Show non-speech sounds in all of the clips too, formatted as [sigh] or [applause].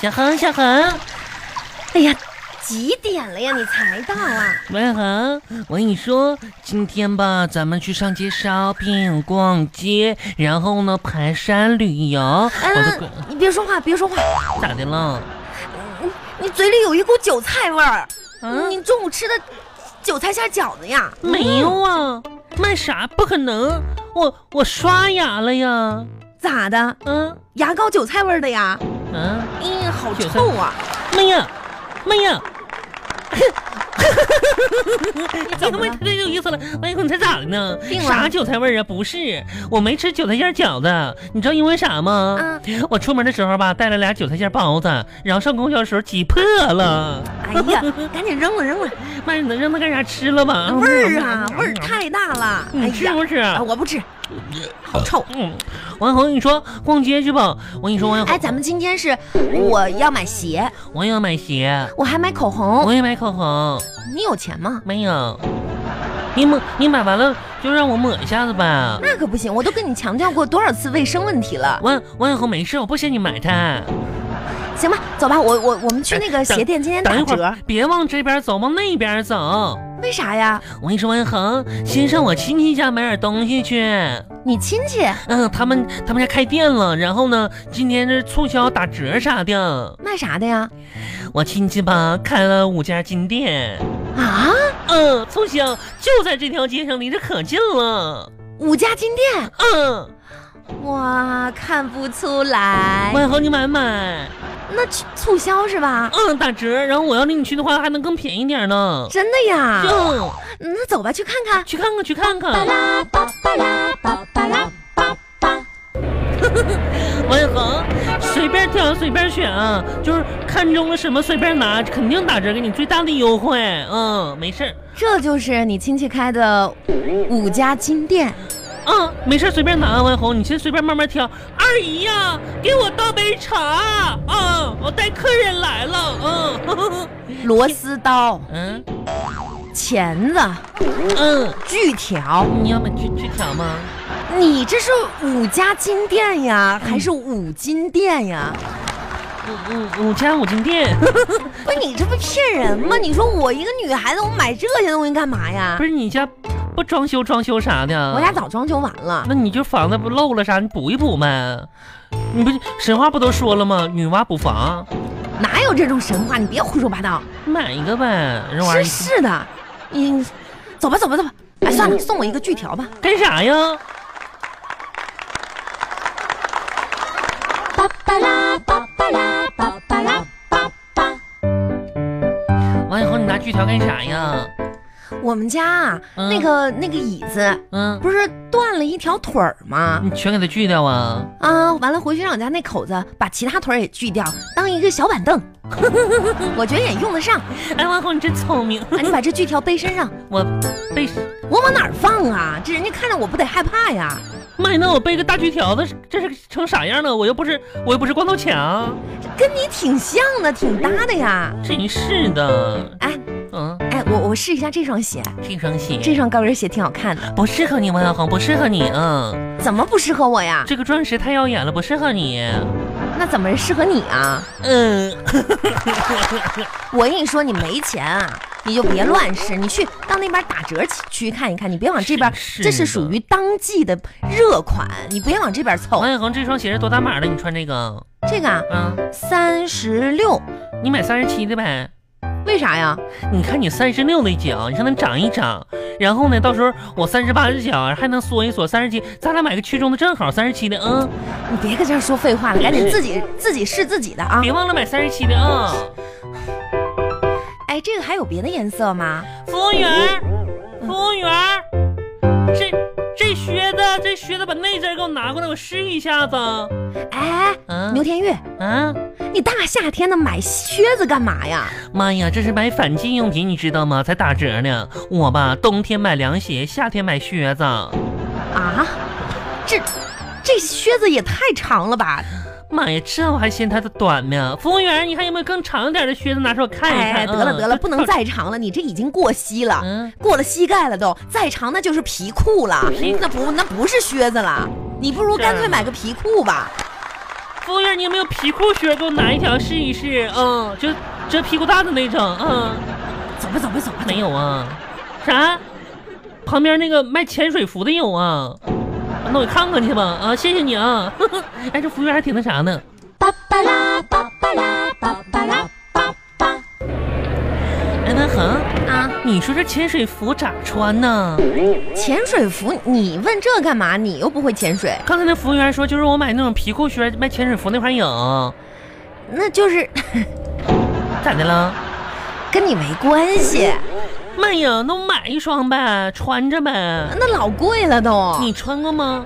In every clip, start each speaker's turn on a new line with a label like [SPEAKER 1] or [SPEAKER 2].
[SPEAKER 1] 小恒，小恒，
[SPEAKER 2] 哎呀，几点了呀？你才到啊？
[SPEAKER 1] 喂恒，我跟你说，今天吧，咱们去上街 shopping 逛街，然后呢爬山旅游。我的
[SPEAKER 2] 嗯
[SPEAKER 1] 乖，，
[SPEAKER 2] 你别说话，别说话，
[SPEAKER 1] 咋的了？
[SPEAKER 2] 你嘴里有一股韭菜味儿。
[SPEAKER 1] 嗯
[SPEAKER 2] 你中午吃的韭菜馅饺子呀？
[SPEAKER 1] 没有啊，卖啥？不可能，我我刷牙了呀。
[SPEAKER 2] 咋的？
[SPEAKER 1] 嗯
[SPEAKER 2] 牙膏韭菜味儿的呀？
[SPEAKER 1] 嗯，
[SPEAKER 2] 咦、好
[SPEAKER 1] 韭菜
[SPEAKER 2] 臭啊！
[SPEAKER 1] 妈呀，妈呀！
[SPEAKER 2] 你
[SPEAKER 1] 你
[SPEAKER 2] 哎怎
[SPEAKER 1] 他
[SPEAKER 2] 么
[SPEAKER 1] 妈
[SPEAKER 2] 了？
[SPEAKER 1] 太有意思了！哎呦，你猜咋的呢？
[SPEAKER 2] 病了
[SPEAKER 1] 啥韭菜味儿啊？不是，我没吃韭菜馅儿饺子。你知道因为啥吗？
[SPEAKER 2] 啊
[SPEAKER 1] 我出门的时候吧，带了俩韭菜馅儿包子，然后上公交的时候挤破了。
[SPEAKER 2] 哎呀，赶紧扔了扔了，
[SPEAKER 1] 妈，你能让他干啥？吃了吧。
[SPEAKER 2] 味儿啊，味儿！太大了！哎
[SPEAKER 1] 你吃
[SPEAKER 2] 呀，
[SPEAKER 1] 不吃？
[SPEAKER 2] 啊我不吃，好臭。
[SPEAKER 1] 嗯，王一恒，你说逛街去吧。我跟你说，王一
[SPEAKER 2] 哎，
[SPEAKER 1] 恒，
[SPEAKER 2] 咱们今天是我要买鞋，
[SPEAKER 1] 我也要买鞋，
[SPEAKER 2] 我还买口红。
[SPEAKER 1] 我也买口红。
[SPEAKER 2] 你有钱吗？
[SPEAKER 1] 没有，你抹你买完了就让我抹一下子吧。
[SPEAKER 2] 那可不行，我都跟你强调过多少次卫生问题了。
[SPEAKER 1] 王王一恒没事，我不嫌你埋汰。
[SPEAKER 2] 行吧，走吧，我我我们去那个
[SPEAKER 1] 哎等
[SPEAKER 2] 鞋店，今天
[SPEAKER 1] 等
[SPEAKER 2] 打
[SPEAKER 1] 一会
[SPEAKER 2] 折
[SPEAKER 1] 儿。，别往这边走，往那边走。
[SPEAKER 2] 为啥呀？
[SPEAKER 1] 我跟你说，文恒，先上我亲戚家买点东西去。
[SPEAKER 2] 你亲戚
[SPEAKER 1] 嗯，他们他们家开店了，然后呢，今天这促销打折啥的。
[SPEAKER 2] 卖啥的呀？
[SPEAKER 1] 我亲戚吧开了五家金店，
[SPEAKER 2] 啊，
[SPEAKER 1] 嗯，促销就在这条街上，离这可近了。
[SPEAKER 2] 五家金店，
[SPEAKER 1] 嗯，
[SPEAKER 2] 哇，看不出来，
[SPEAKER 1] 文恒，你买不买？
[SPEAKER 2] 那促促销是吧？
[SPEAKER 1] 嗯，打折。然后我要领你去的话，还能更便宜点呢。
[SPEAKER 2] 真的呀？
[SPEAKER 1] 嗯，
[SPEAKER 2] 那走吧，去看看。
[SPEAKER 1] 去看看，去看看。
[SPEAKER 2] 啦巴巴啦巴巴啦巴巴。
[SPEAKER 1] 王一恒，随便挑随便选啊，就是看中了什么随便拿，肯定打折给你最大的优惠。嗯，没事儿，
[SPEAKER 2] 这就是你亲戚开的五家金店。
[SPEAKER 1] 嗯，没事儿，随便拿啊。王一恒，你先随便慢慢挑。二姨呀、给我倒杯茶啊、我带客人来了。嗯，
[SPEAKER 2] 螺丝刀、
[SPEAKER 1] 嗯
[SPEAKER 2] 钳子、
[SPEAKER 1] 嗯，
[SPEAKER 2] 锯条，
[SPEAKER 1] 你要买去去挑吗？
[SPEAKER 2] 你这是五家金店呀，还是五金店呀？
[SPEAKER 1] 嗯五五五家五金店，
[SPEAKER 2] 不是你这不骗人吗？你说我一个女孩子，我买这些东西干嘛呀
[SPEAKER 1] 不？是你家不装修装修啥的？
[SPEAKER 2] 我家早装修完了。
[SPEAKER 1] 那你就房子不漏了啥，你补一补呗。你不神话不都说了吗？女娲补房。
[SPEAKER 2] 哪有这种神话？你别胡说八道！
[SPEAKER 1] 买一个呗，这玩
[SPEAKER 2] 真
[SPEAKER 1] 意儿
[SPEAKER 2] 是的，你你走吧走吧走吧，哎，算了，送我一个锯条吧。
[SPEAKER 1] 干啥呀？
[SPEAKER 2] 巴巴拉巴巴拉巴巴拉巴巴。
[SPEAKER 1] 王小红，你拿锯条干啥呀？
[SPEAKER 2] 我们家啊，
[SPEAKER 1] 嗯
[SPEAKER 2] 那个那个椅子
[SPEAKER 1] 嗯，
[SPEAKER 2] 不是断了一条腿儿吗？
[SPEAKER 1] 你全给它锯掉啊？
[SPEAKER 2] 啊，完了回去让我家那口子把其他腿儿也锯掉，当一个小板凳， [laughs] 我觉得也用得上。
[SPEAKER 1] 哎，王小红，你真聪明。
[SPEAKER 2] 啊，你把这锯条背身上，
[SPEAKER 1] 我背，
[SPEAKER 2] 我往哪儿放啊？这人家看着我不得害怕呀？
[SPEAKER 1] 妈呀，那我背个大锯条子，这是成啥样了？我又不是，我又不是光头强，
[SPEAKER 2] 跟你挺像的，挺搭的呀。
[SPEAKER 1] 真是的。
[SPEAKER 2] 哎
[SPEAKER 1] 嗯，
[SPEAKER 2] 哎，我我试一下这双鞋，
[SPEAKER 1] 这双鞋
[SPEAKER 2] 这双高跟鞋挺好看的，
[SPEAKER 1] 不适合你，王小红，不适合你。嗯，
[SPEAKER 2] 怎么不适合我呀？
[SPEAKER 1] 这个钻石太耀眼了，不适合你。
[SPEAKER 2] 那怎么适合你啊？ [laughs]
[SPEAKER 1] 嗯，
[SPEAKER 2] 我跟你说，你没钱啊，你就别乱试，你去到那边打折区看一看，你别往这边，
[SPEAKER 1] 是
[SPEAKER 2] 这是
[SPEAKER 1] 的
[SPEAKER 2] 属于当季的热款，你别往这边凑
[SPEAKER 1] 王。小红，这双鞋是多大码的？你穿这个？
[SPEAKER 2] 这个啊，
[SPEAKER 1] 啊，
[SPEAKER 2] 三十六，
[SPEAKER 1] 你买三十七的呗。
[SPEAKER 2] 为啥呀？
[SPEAKER 1] 你看你三十六的脚，你看能长一长，然后呢，到时候我三十八的脚还能缩一缩，三十七，咱俩买个区中的正好三十七的，嗯，
[SPEAKER 2] 你别搁这儿说废话了，赶紧自己自己试自己的啊。
[SPEAKER 1] 别忘了买三十七的啊、
[SPEAKER 2] 哎，这个还有别的颜色吗？
[SPEAKER 1] 服务员，服务员，这这靴子这靴子把内针给我拿过来，我试一下子。
[SPEAKER 2] 哎，
[SPEAKER 1] 嗯
[SPEAKER 2] 牛天玉，
[SPEAKER 1] 啊，
[SPEAKER 2] 你大夏天的买靴子干嘛呀？
[SPEAKER 1] 妈呀，这是买反季用品，你知道吗？才打折呢。我吧，冬天买凉鞋，夏天买靴子。
[SPEAKER 2] 啊，这这靴子也太长了吧？
[SPEAKER 1] 妈呀，这我还嫌它的短呢。服务员，你还有没有更长一点的靴子拿出来看一看？
[SPEAKER 2] 哎，得了
[SPEAKER 1] 嗯
[SPEAKER 2] 得了，不能
[SPEAKER 1] 到
[SPEAKER 2] 再长了，你这已经过膝了。
[SPEAKER 1] 嗯。
[SPEAKER 2] 过了膝盖了都，再长那就是皮裤了
[SPEAKER 1] 皮，啊
[SPEAKER 2] 那不那不是靴子了，你不如干脆买个皮裤吧。
[SPEAKER 1] 服服务员，你有没有皮裤靴？给我拿一条试一试。嗯，就遮屁股蛋的那种。嗯，
[SPEAKER 2] 走吧走吧走吧，
[SPEAKER 1] 没有啊？啥？旁边那个卖潜水服的有啊？那我看看去吧。啊，谢谢你啊。 [laughs] 呵呵哎，这服务员还挺那啥呢。
[SPEAKER 2] 巴巴拉巴巴拉巴巴拉巴巴。
[SPEAKER 1] 哎，那恒，
[SPEAKER 2] 啊，
[SPEAKER 1] 你说这潜水服咋穿呢？
[SPEAKER 2] 潜水服，你问这干嘛？你又不会潜水，
[SPEAKER 1] 刚才那服务员说，就是我买那种皮裤靴卖潜水服那块有，
[SPEAKER 2] 那就是 [laughs]
[SPEAKER 1] 咋的了？
[SPEAKER 2] 跟你没关系，
[SPEAKER 1] 没有，那我买一双呗，穿着呗。
[SPEAKER 2] 那老贵了都。
[SPEAKER 1] 你穿过吗？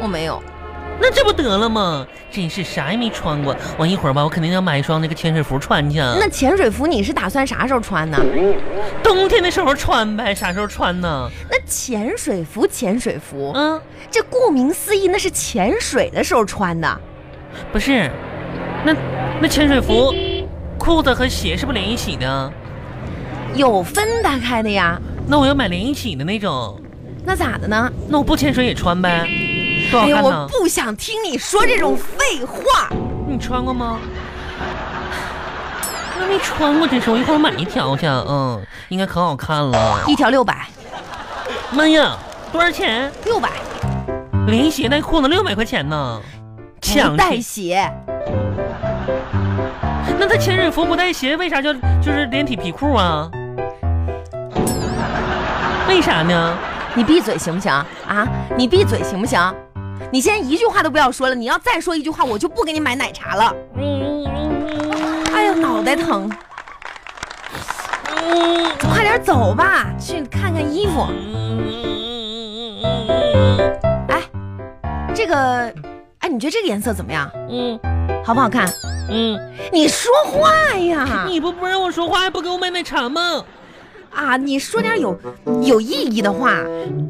[SPEAKER 2] 我没有，
[SPEAKER 1] 那这不得了吗？真是啥也没穿过。我一会儿吧，我肯定要买一双那个潜水服穿去。啊
[SPEAKER 2] 那潜水服你是打算啥时候穿呢？
[SPEAKER 1] 冬天的时候穿呗，啥时候穿呢？
[SPEAKER 2] 那潜水服，潜水服，
[SPEAKER 1] 嗯，
[SPEAKER 2] 这顾名思义，那是潜水的时候穿的。
[SPEAKER 1] 不是，那那潜水服、裤子和鞋是不是连一起的？
[SPEAKER 2] 有分打开的呀，
[SPEAKER 1] 那我要买连一起的那种，
[SPEAKER 2] 那咋的呢？
[SPEAKER 1] 那我不潜水也穿呗，多好
[SPEAKER 2] 哎呀，
[SPEAKER 1] 看
[SPEAKER 2] 我
[SPEAKER 1] 呢！
[SPEAKER 2] 不想听你说这种废话。
[SPEAKER 1] 你穿过吗？那没穿过，真是我一会儿买一条去，嗯，应该可好看了。
[SPEAKER 2] 一条六百，
[SPEAKER 1] 妈呀，多少钱？
[SPEAKER 2] 六百，
[SPEAKER 1] 连鞋带裤子六百块钱呢，抢
[SPEAKER 2] 不带
[SPEAKER 1] 去！
[SPEAKER 2] 鞋，
[SPEAKER 1] 那他潜水服不带鞋，为啥叫就是连体皮裤啊？为啥呢？
[SPEAKER 2] 你闭嘴行不行啊？你闭嘴行不行？你现在一句话都不要说了，你要再说一句话，我就不给你买奶茶了。哎呀，脑袋疼，
[SPEAKER 1] 嗯
[SPEAKER 2] 快点走吧，去看看衣服。
[SPEAKER 1] 嗯
[SPEAKER 2] 哎，这个，哎，你觉得这个颜色怎么样？
[SPEAKER 1] 嗯
[SPEAKER 2] 好不好看？
[SPEAKER 1] 嗯，
[SPEAKER 2] 你说话呀！
[SPEAKER 1] 你不不让我说话，还不给我买奶茶吗？
[SPEAKER 2] 啊，你说点有有意义的话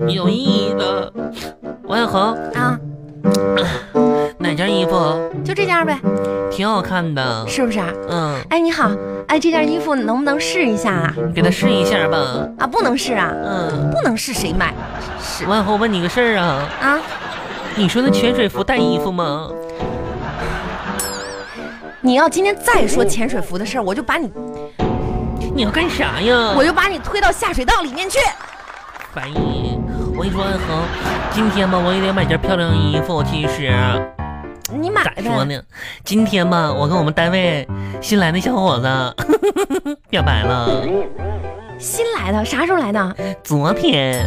[SPEAKER 1] 有意义的。王小恒，
[SPEAKER 2] 啊，
[SPEAKER 1] 哪件衣服
[SPEAKER 2] 就这件呗，
[SPEAKER 1] 挺好看的？
[SPEAKER 2] 是不是啊？
[SPEAKER 1] 嗯，
[SPEAKER 2] 哎，你好，哎，这件衣服能不能试一下啊？
[SPEAKER 1] 给他试一下吧。
[SPEAKER 2] 啊，不能试啊，
[SPEAKER 1] 嗯，
[SPEAKER 2] 不能试谁买？是
[SPEAKER 1] 王小恒，我问你个事儿啊，
[SPEAKER 2] 啊，
[SPEAKER 1] 你说那潜水服带衣服吗？
[SPEAKER 2] 你要今天再说潜水服的事儿，我就把你，
[SPEAKER 1] 你要干啥呀？
[SPEAKER 2] 我就把你推到下水道里面去。
[SPEAKER 1] 烦你！我跟你说，恒，今天吧，我也得买件漂亮衣服。其实
[SPEAKER 2] 你买
[SPEAKER 1] 咋说
[SPEAKER 2] 呗，
[SPEAKER 1] 呢，今天吧，我跟我们单位新来那小伙子表白了。
[SPEAKER 2] 新来的，啥时候来的？
[SPEAKER 1] 昨天，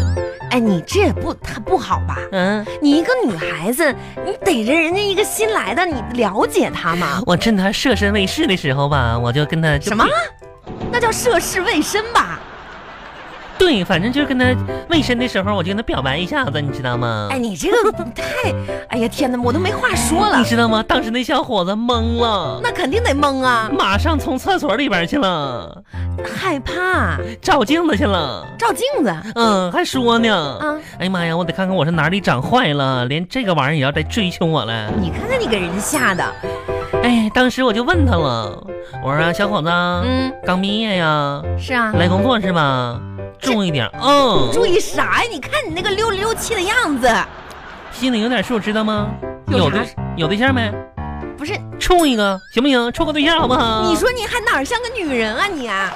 [SPEAKER 2] 哎，你这也不他不好吧？
[SPEAKER 1] 嗯，
[SPEAKER 2] 你一个女孩子，你逮着人家一个新来的，你了解他吗？
[SPEAKER 1] 我趁他涉身未遂的时候吧，我就跟他
[SPEAKER 2] 什么？那叫涉世未深吧？
[SPEAKER 1] 对，反正就是跟他未深的时候，我就跟他表白一下子，你知道吗？
[SPEAKER 2] 哎，你这个太……哎呀天哪，我都没话说了
[SPEAKER 1] 你，知道吗？当时那小伙子懵了，
[SPEAKER 2] 那肯定得懵啊，
[SPEAKER 1] 马上从厕所里边去了，
[SPEAKER 2] 害怕，
[SPEAKER 1] 照镜子去了。
[SPEAKER 2] 照镜子
[SPEAKER 1] 嗯，还说呢。
[SPEAKER 2] 啊，
[SPEAKER 1] 哎呀妈呀，我得看看我是哪里长坏了，连这个玩意儿也要来追求我了。
[SPEAKER 2] 你看看你给人吓的，
[SPEAKER 1] 哎，当时我就问他了，我说、啊、小伙子，
[SPEAKER 2] 嗯，
[SPEAKER 1] 刚毕业呀，
[SPEAKER 2] 是啊，
[SPEAKER 1] 来工作是吧？注意点，嗯，
[SPEAKER 2] 注意啥呀？你看你那个溜里溜气的样子，
[SPEAKER 1] 心里有点数，知道吗？
[SPEAKER 2] 有
[SPEAKER 1] 有
[SPEAKER 2] 啥
[SPEAKER 1] 对有对象没？
[SPEAKER 2] 不是？
[SPEAKER 1] 处一个行不行？处个对象好不好？
[SPEAKER 2] 你说你还哪儿像个女人啊你啊？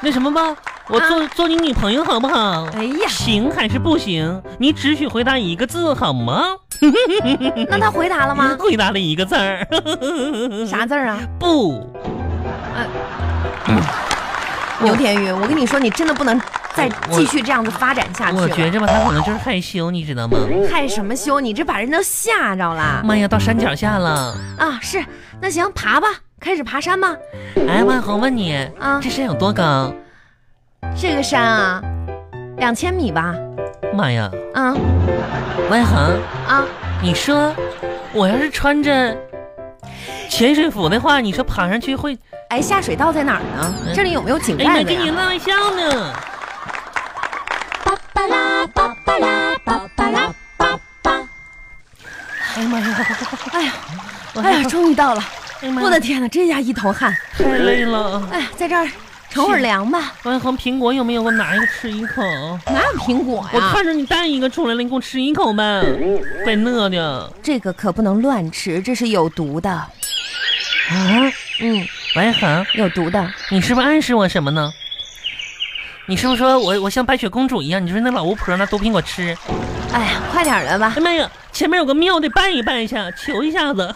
[SPEAKER 1] 那什么吧，我
[SPEAKER 2] 啊
[SPEAKER 1] 做、做你女朋友好不好？
[SPEAKER 2] 哎呀，
[SPEAKER 1] 行还是不行？你只许回答一个字好吗？？
[SPEAKER 2] 那他回答了吗
[SPEAKER 1] 回答了一个字儿， [laughs]
[SPEAKER 2] 啥字儿啊？
[SPEAKER 1] 不。
[SPEAKER 2] 牛天宇，我跟你说，你真的不能再
[SPEAKER 1] 哎我
[SPEAKER 2] 继续这样子发展下去
[SPEAKER 1] 我觉
[SPEAKER 2] 了。
[SPEAKER 1] 着吧，他可能就是害羞，你知道吗？
[SPEAKER 2] 害什么羞？你这把人都吓着了
[SPEAKER 1] 妈呀，到山脚下了。
[SPEAKER 2] 啊！是，那行，爬吧，开始爬山吧。
[SPEAKER 1] 哎，万红问你，
[SPEAKER 2] 啊
[SPEAKER 1] 这山有多高？
[SPEAKER 2] 这个山啊，两千米吧。
[SPEAKER 1] 妈呀，
[SPEAKER 2] 啊
[SPEAKER 1] 万恒，
[SPEAKER 2] 啊，
[SPEAKER 1] 你说我要是穿着潜水服的话，你说爬上去会？
[SPEAKER 2] 哎，下水道在哪儿呢？
[SPEAKER 1] 嗯
[SPEAKER 2] 这里有没有井
[SPEAKER 1] 哎，
[SPEAKER 2] 盖
[SPEAKER 1] 我
[SPEAKER 2] 子
[SPEAKER 1] 跟你
[SPEAKER 2] 呀？
[SPEAKER 1] 闹笑呢。
[SPEAKER 2] 巴巴拉巴巴拉巴巴拉巴巴。
[SPEAKER 1] 哎呀妈呀！
[SPEAKER 2] 哎呀，哎呀，终于到了！
[SPEAKER 1] 哎呀妈呀
[SPEAKER 2] 我的天哪，这家一头汗。
[SPEAKER 1] 太累了。
[SPEAKER 2] 哎呀，在这儿乘会儿凉吧。
[SPEAKER 1] 王小恒，苹果有没有？我拿一个吃一口。
[SPEAKER 2] 哪有苹果
[SPEAKER 1] 我
[SPEAKER 2] 呀？
[SPEAKER 1] 看着你带一个出来了，你给我吃一口呗，怪饿的。
[SPEAKER 2] 这个可不能乱吃，这是有毒的。
[SPEAKER 1] 啊，
[SPEAKER 2] 嗯，
[SPEAKER 1] 王小恒，
[SPEAKER 2] 有毒的。
[SPEAKER 1] 你是不是暗示我什么呢？你是不是说我我像白雪公主一样？你说那老巫婆那毒苹果吃？
[SPEAKER 2] 哎呀，快点儿的吧
[SPEAKER 1] 哎。妈呀，前面有个庙得拜一拜一下，求一下子。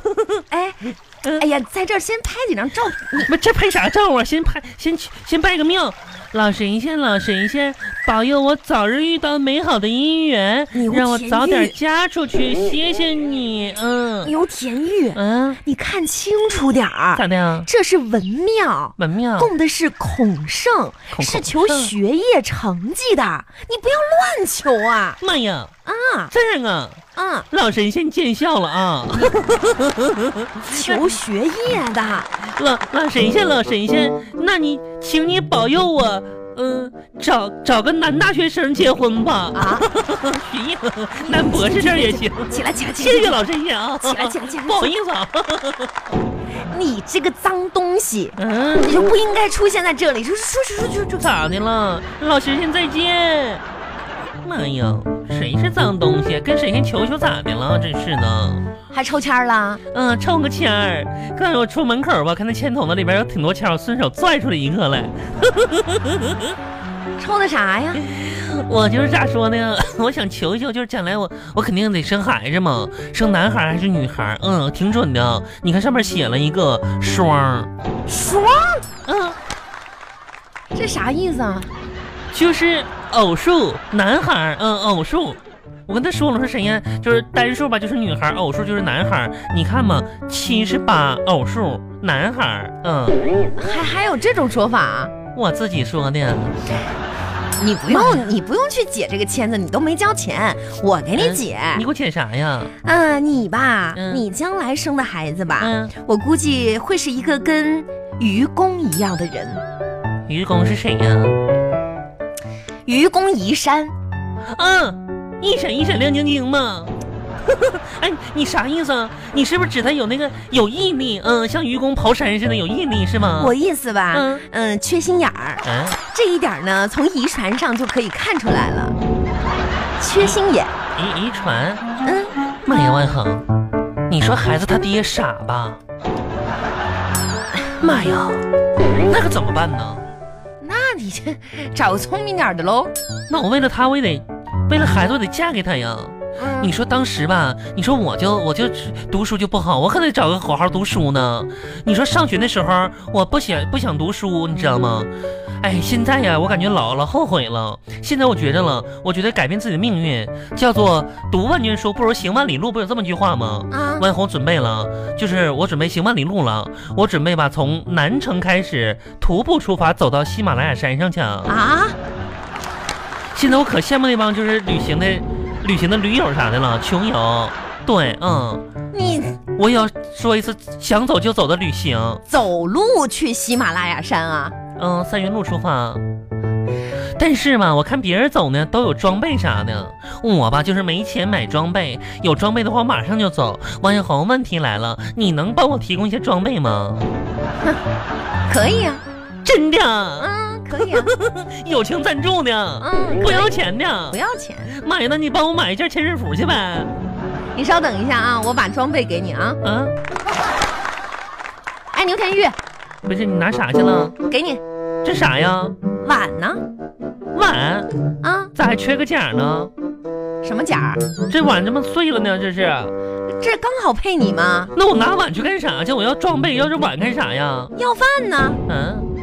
[SPEAKER 2] 哎，
[SPEAKER 1] 嗯
[SPEAKER 2] 哎呀，在这儿先拍几张照。
[SPEAKER 1] 那这拍啥照啊？先拍，先去先拜个庙，老神仙，老神仙保佑我早日遇到美好的姻缘
[SPEAKER 2] 牛，
[SPEAKER 1] 让我
[SPEAKER 2] 田
[SPEAKER 1] 早
[SPEAKER 2] 玉
[SPEAKER 1] 点嫁出去。谢谢你，嗯
[SPEAKER 2] 牛田玉，
[SPEAKER 1] 嗯，
[SPEAKER 2] 你看清楚点儿，
[SPEAKER 1] 咋的呀？
[SPEAKER 2] 这是文庙。
[SPEAKER 1] 门庙
[SPEAKER 2] 供的是孔圣，
[SPEAKER 1] 嗯孔
[SPEAKER 2] 是求
[SPEAKER 1] 圣
[SPEAKER 2] 学业成绩的，你不要乱求啊！
[SPEAKER 1] 妈呀，
[SPEAKER 2] 啊
[SPEAKER 1] 这样啊，
[SPEAKER 2] 啊，
[SPEAKER 1] 老神仙见笑了啊！
[SPEAKER 2] 求学业的，啊
[SPEAKER 1] 老老啊神仙，老神仙，那你请你保佑我，嗯、找找个男大学生结婚吧，
[SPEAKER 2] 啊，
[SPEAKER 1] 学业 [laughs] 男博士生也行。
[SPEAKER 2] 起来起来起来！
[SPEAKER 1] 谢谢老神仙啊！
[SPEAKER 2] 起来起来起来
[SPEAKER 1] 不好意思啊。
[SPEAKER 2] 你这个脏东西，
[SPEAKER 1] 嗯，
[SPEAKER 2] 你就不应该出现在这里。出出出出出出！
[SPEAKER 1] 咋的了？老神仙再见。妈呀，谁是脏东西？跟神仙求求咋的了？真是的。
[SPEAKER 2] 还抽签儿了？
[SPEAKER 1] 嗯，抽个签儿。刚才我出门口吧，看那签筒子里边有挺多签儿，我顺手拽出来一个来。
[SPEAKER 2] 抽的啥呀？
[SPEAKER 1] 嗯我就是咋说呢？ [laughs] 我想求一求，就是将来我我肯定得生孩子嘛，生男孩还是女孩？嗯，挺准的。你看上面写了一个双，
[SPEAKER 2] 双？
[SPEAKER 1] 嗯，
[SPEAKER 2] 这啥意思啊？
[SPEAKER 1] 就是偶数，男孩儿，嗯，偶数。我跟他说了，我说沈燕就是单数吧，就是女孩儿；偶数就是男孩儿。你看嘛，七十八偶数，男孩儿。嗯，
[SPEAKER 2] 还还有这种说法啊？
[SPEAKER 1] 我自己说的。
[SPEAKER 2] 你不用，你不用去解这个签子，你都没交钱，我给你解。
[SPEAKER 1] 嗯你给我解啥呀？
[SPEAKER 2] 啊，你吧，
[SPEAKER 1] 嗯
[SPEAKER 2] 你将来生的孩子吧，
[SPEAKER 1] 嗯，
[SPEAKER 2] 我估计会是一个跟愚公一样的人，
[SPEAKER 1] 愚公是谁呀？
[SPEAKER 2] 愚公移山。
[SPEAKER 1] 嗯，一闪一闪亮晶晶嘛。 [laughs] 哎，你啥意思啊？你是不是指他有那个有毅力？嗯，像愚公刨山似的有毅力是吗？
[SPEAKER 2] 我意思吧，
[SPEAKER 1] 嗯
[SPEAKER 2] 嗯缺心眼儿
[SPEAKER 1] 嗯、
[SPEAKER 2] 这一点呢，从遗传上就可以看出来了。缺心眼，
[SPEAKER 1] 遗遗传。
[SPEAKER 2] 嗯，
[SPEAKER 1] 妈呀，万恒，你说孩子他爹傻吧？妈呀，那可怎么办呢？
[SPEAKER 2] 那你这找个聪明点儿的喽。
[SPEAKER 1] 那我为了他，我也得为了孩子，我得嫁给他呀。
[SPEAKER 2] 嗯
[SPEAKER 1] 你说当时吧，你说我就我就只读书就不好，我可得找个好好读书呢。你说上学的时候我不想不想读书，你知道吗？哎，现在呀，我感觉老了后悔了。现在我觉着了，我觉得改变自己的命运叫做读万卷书不如行万里路，不有这么句话吗？
[SPEAKER 2] 啊，
[SPEAKER 1] 万红准备了，就是我准备行万里路了，我准备吧从南城开始徒步出发，走到喜马拉雅山上去。
[SPEAKER 2] 啊，
[SPEAKER 1] 现在我可羡慕那帮就是旅行的、旅行的驴友啥的了，穷游。对，嗯，
[SPEAKER 2] 你
[SPEAKER 1] 我也要说一次想走就走的旅行。
[SPEAKER 2] 走路去喜马拉雅山啊？
[SPEAKER 1] 嗯，三元路出发。但是嘛，我看别人走呢都有装备啥的，我吧就是没钱买装备，有装备的话我马上就走。王小红，问题来了，你能帮我提供一些装备吗？
[SPEAKER 2] 可以啊，
[SPEAKER 1] 真的。
[SPEAKER 2] 嗯，可以啊，
[SPEAKER 1] 友情赞助呢，
[SPEAKER 2] 嗯，
[SPEAKER 1] 不
[SPEAKER 2] 可以
[SPEAKER 1] 要钱呢
[SPEAKER 2] 不。要钱。
[SPEAKER 1] 妈呀，那你帮我买一件潜水服去呗？
[SPEAKER 2] 你稍等一下啊，我把装备给你啊。
[SPEAKER 1] 啊，
[SPEAKER 2] 哎，牛天玉，
[SPEAKER 1] 不是你拿啥去了？
[SPEAKER 2] 给你
[SPEAKER 1] 这啥呀？
[SPEAKER 2] 碗呢？
[SPEAKER 1] 碗
[SPEAKER 2] 啊，
[SPEAKER 1] 咋还缺个角呢？
[SPEAKER 2] 什么夹儿？
[SPEAKER 1] 这碗这么碎了呢？这是？
[SPEAKER 2] 这刚好配你嘛。
[SPEAKER 1] 那我拿碗去干啥去？我要装备，要这碗干啥呀？
[SPEAKER 2] 要饭呢？
[SPEAKER 1] 嗯、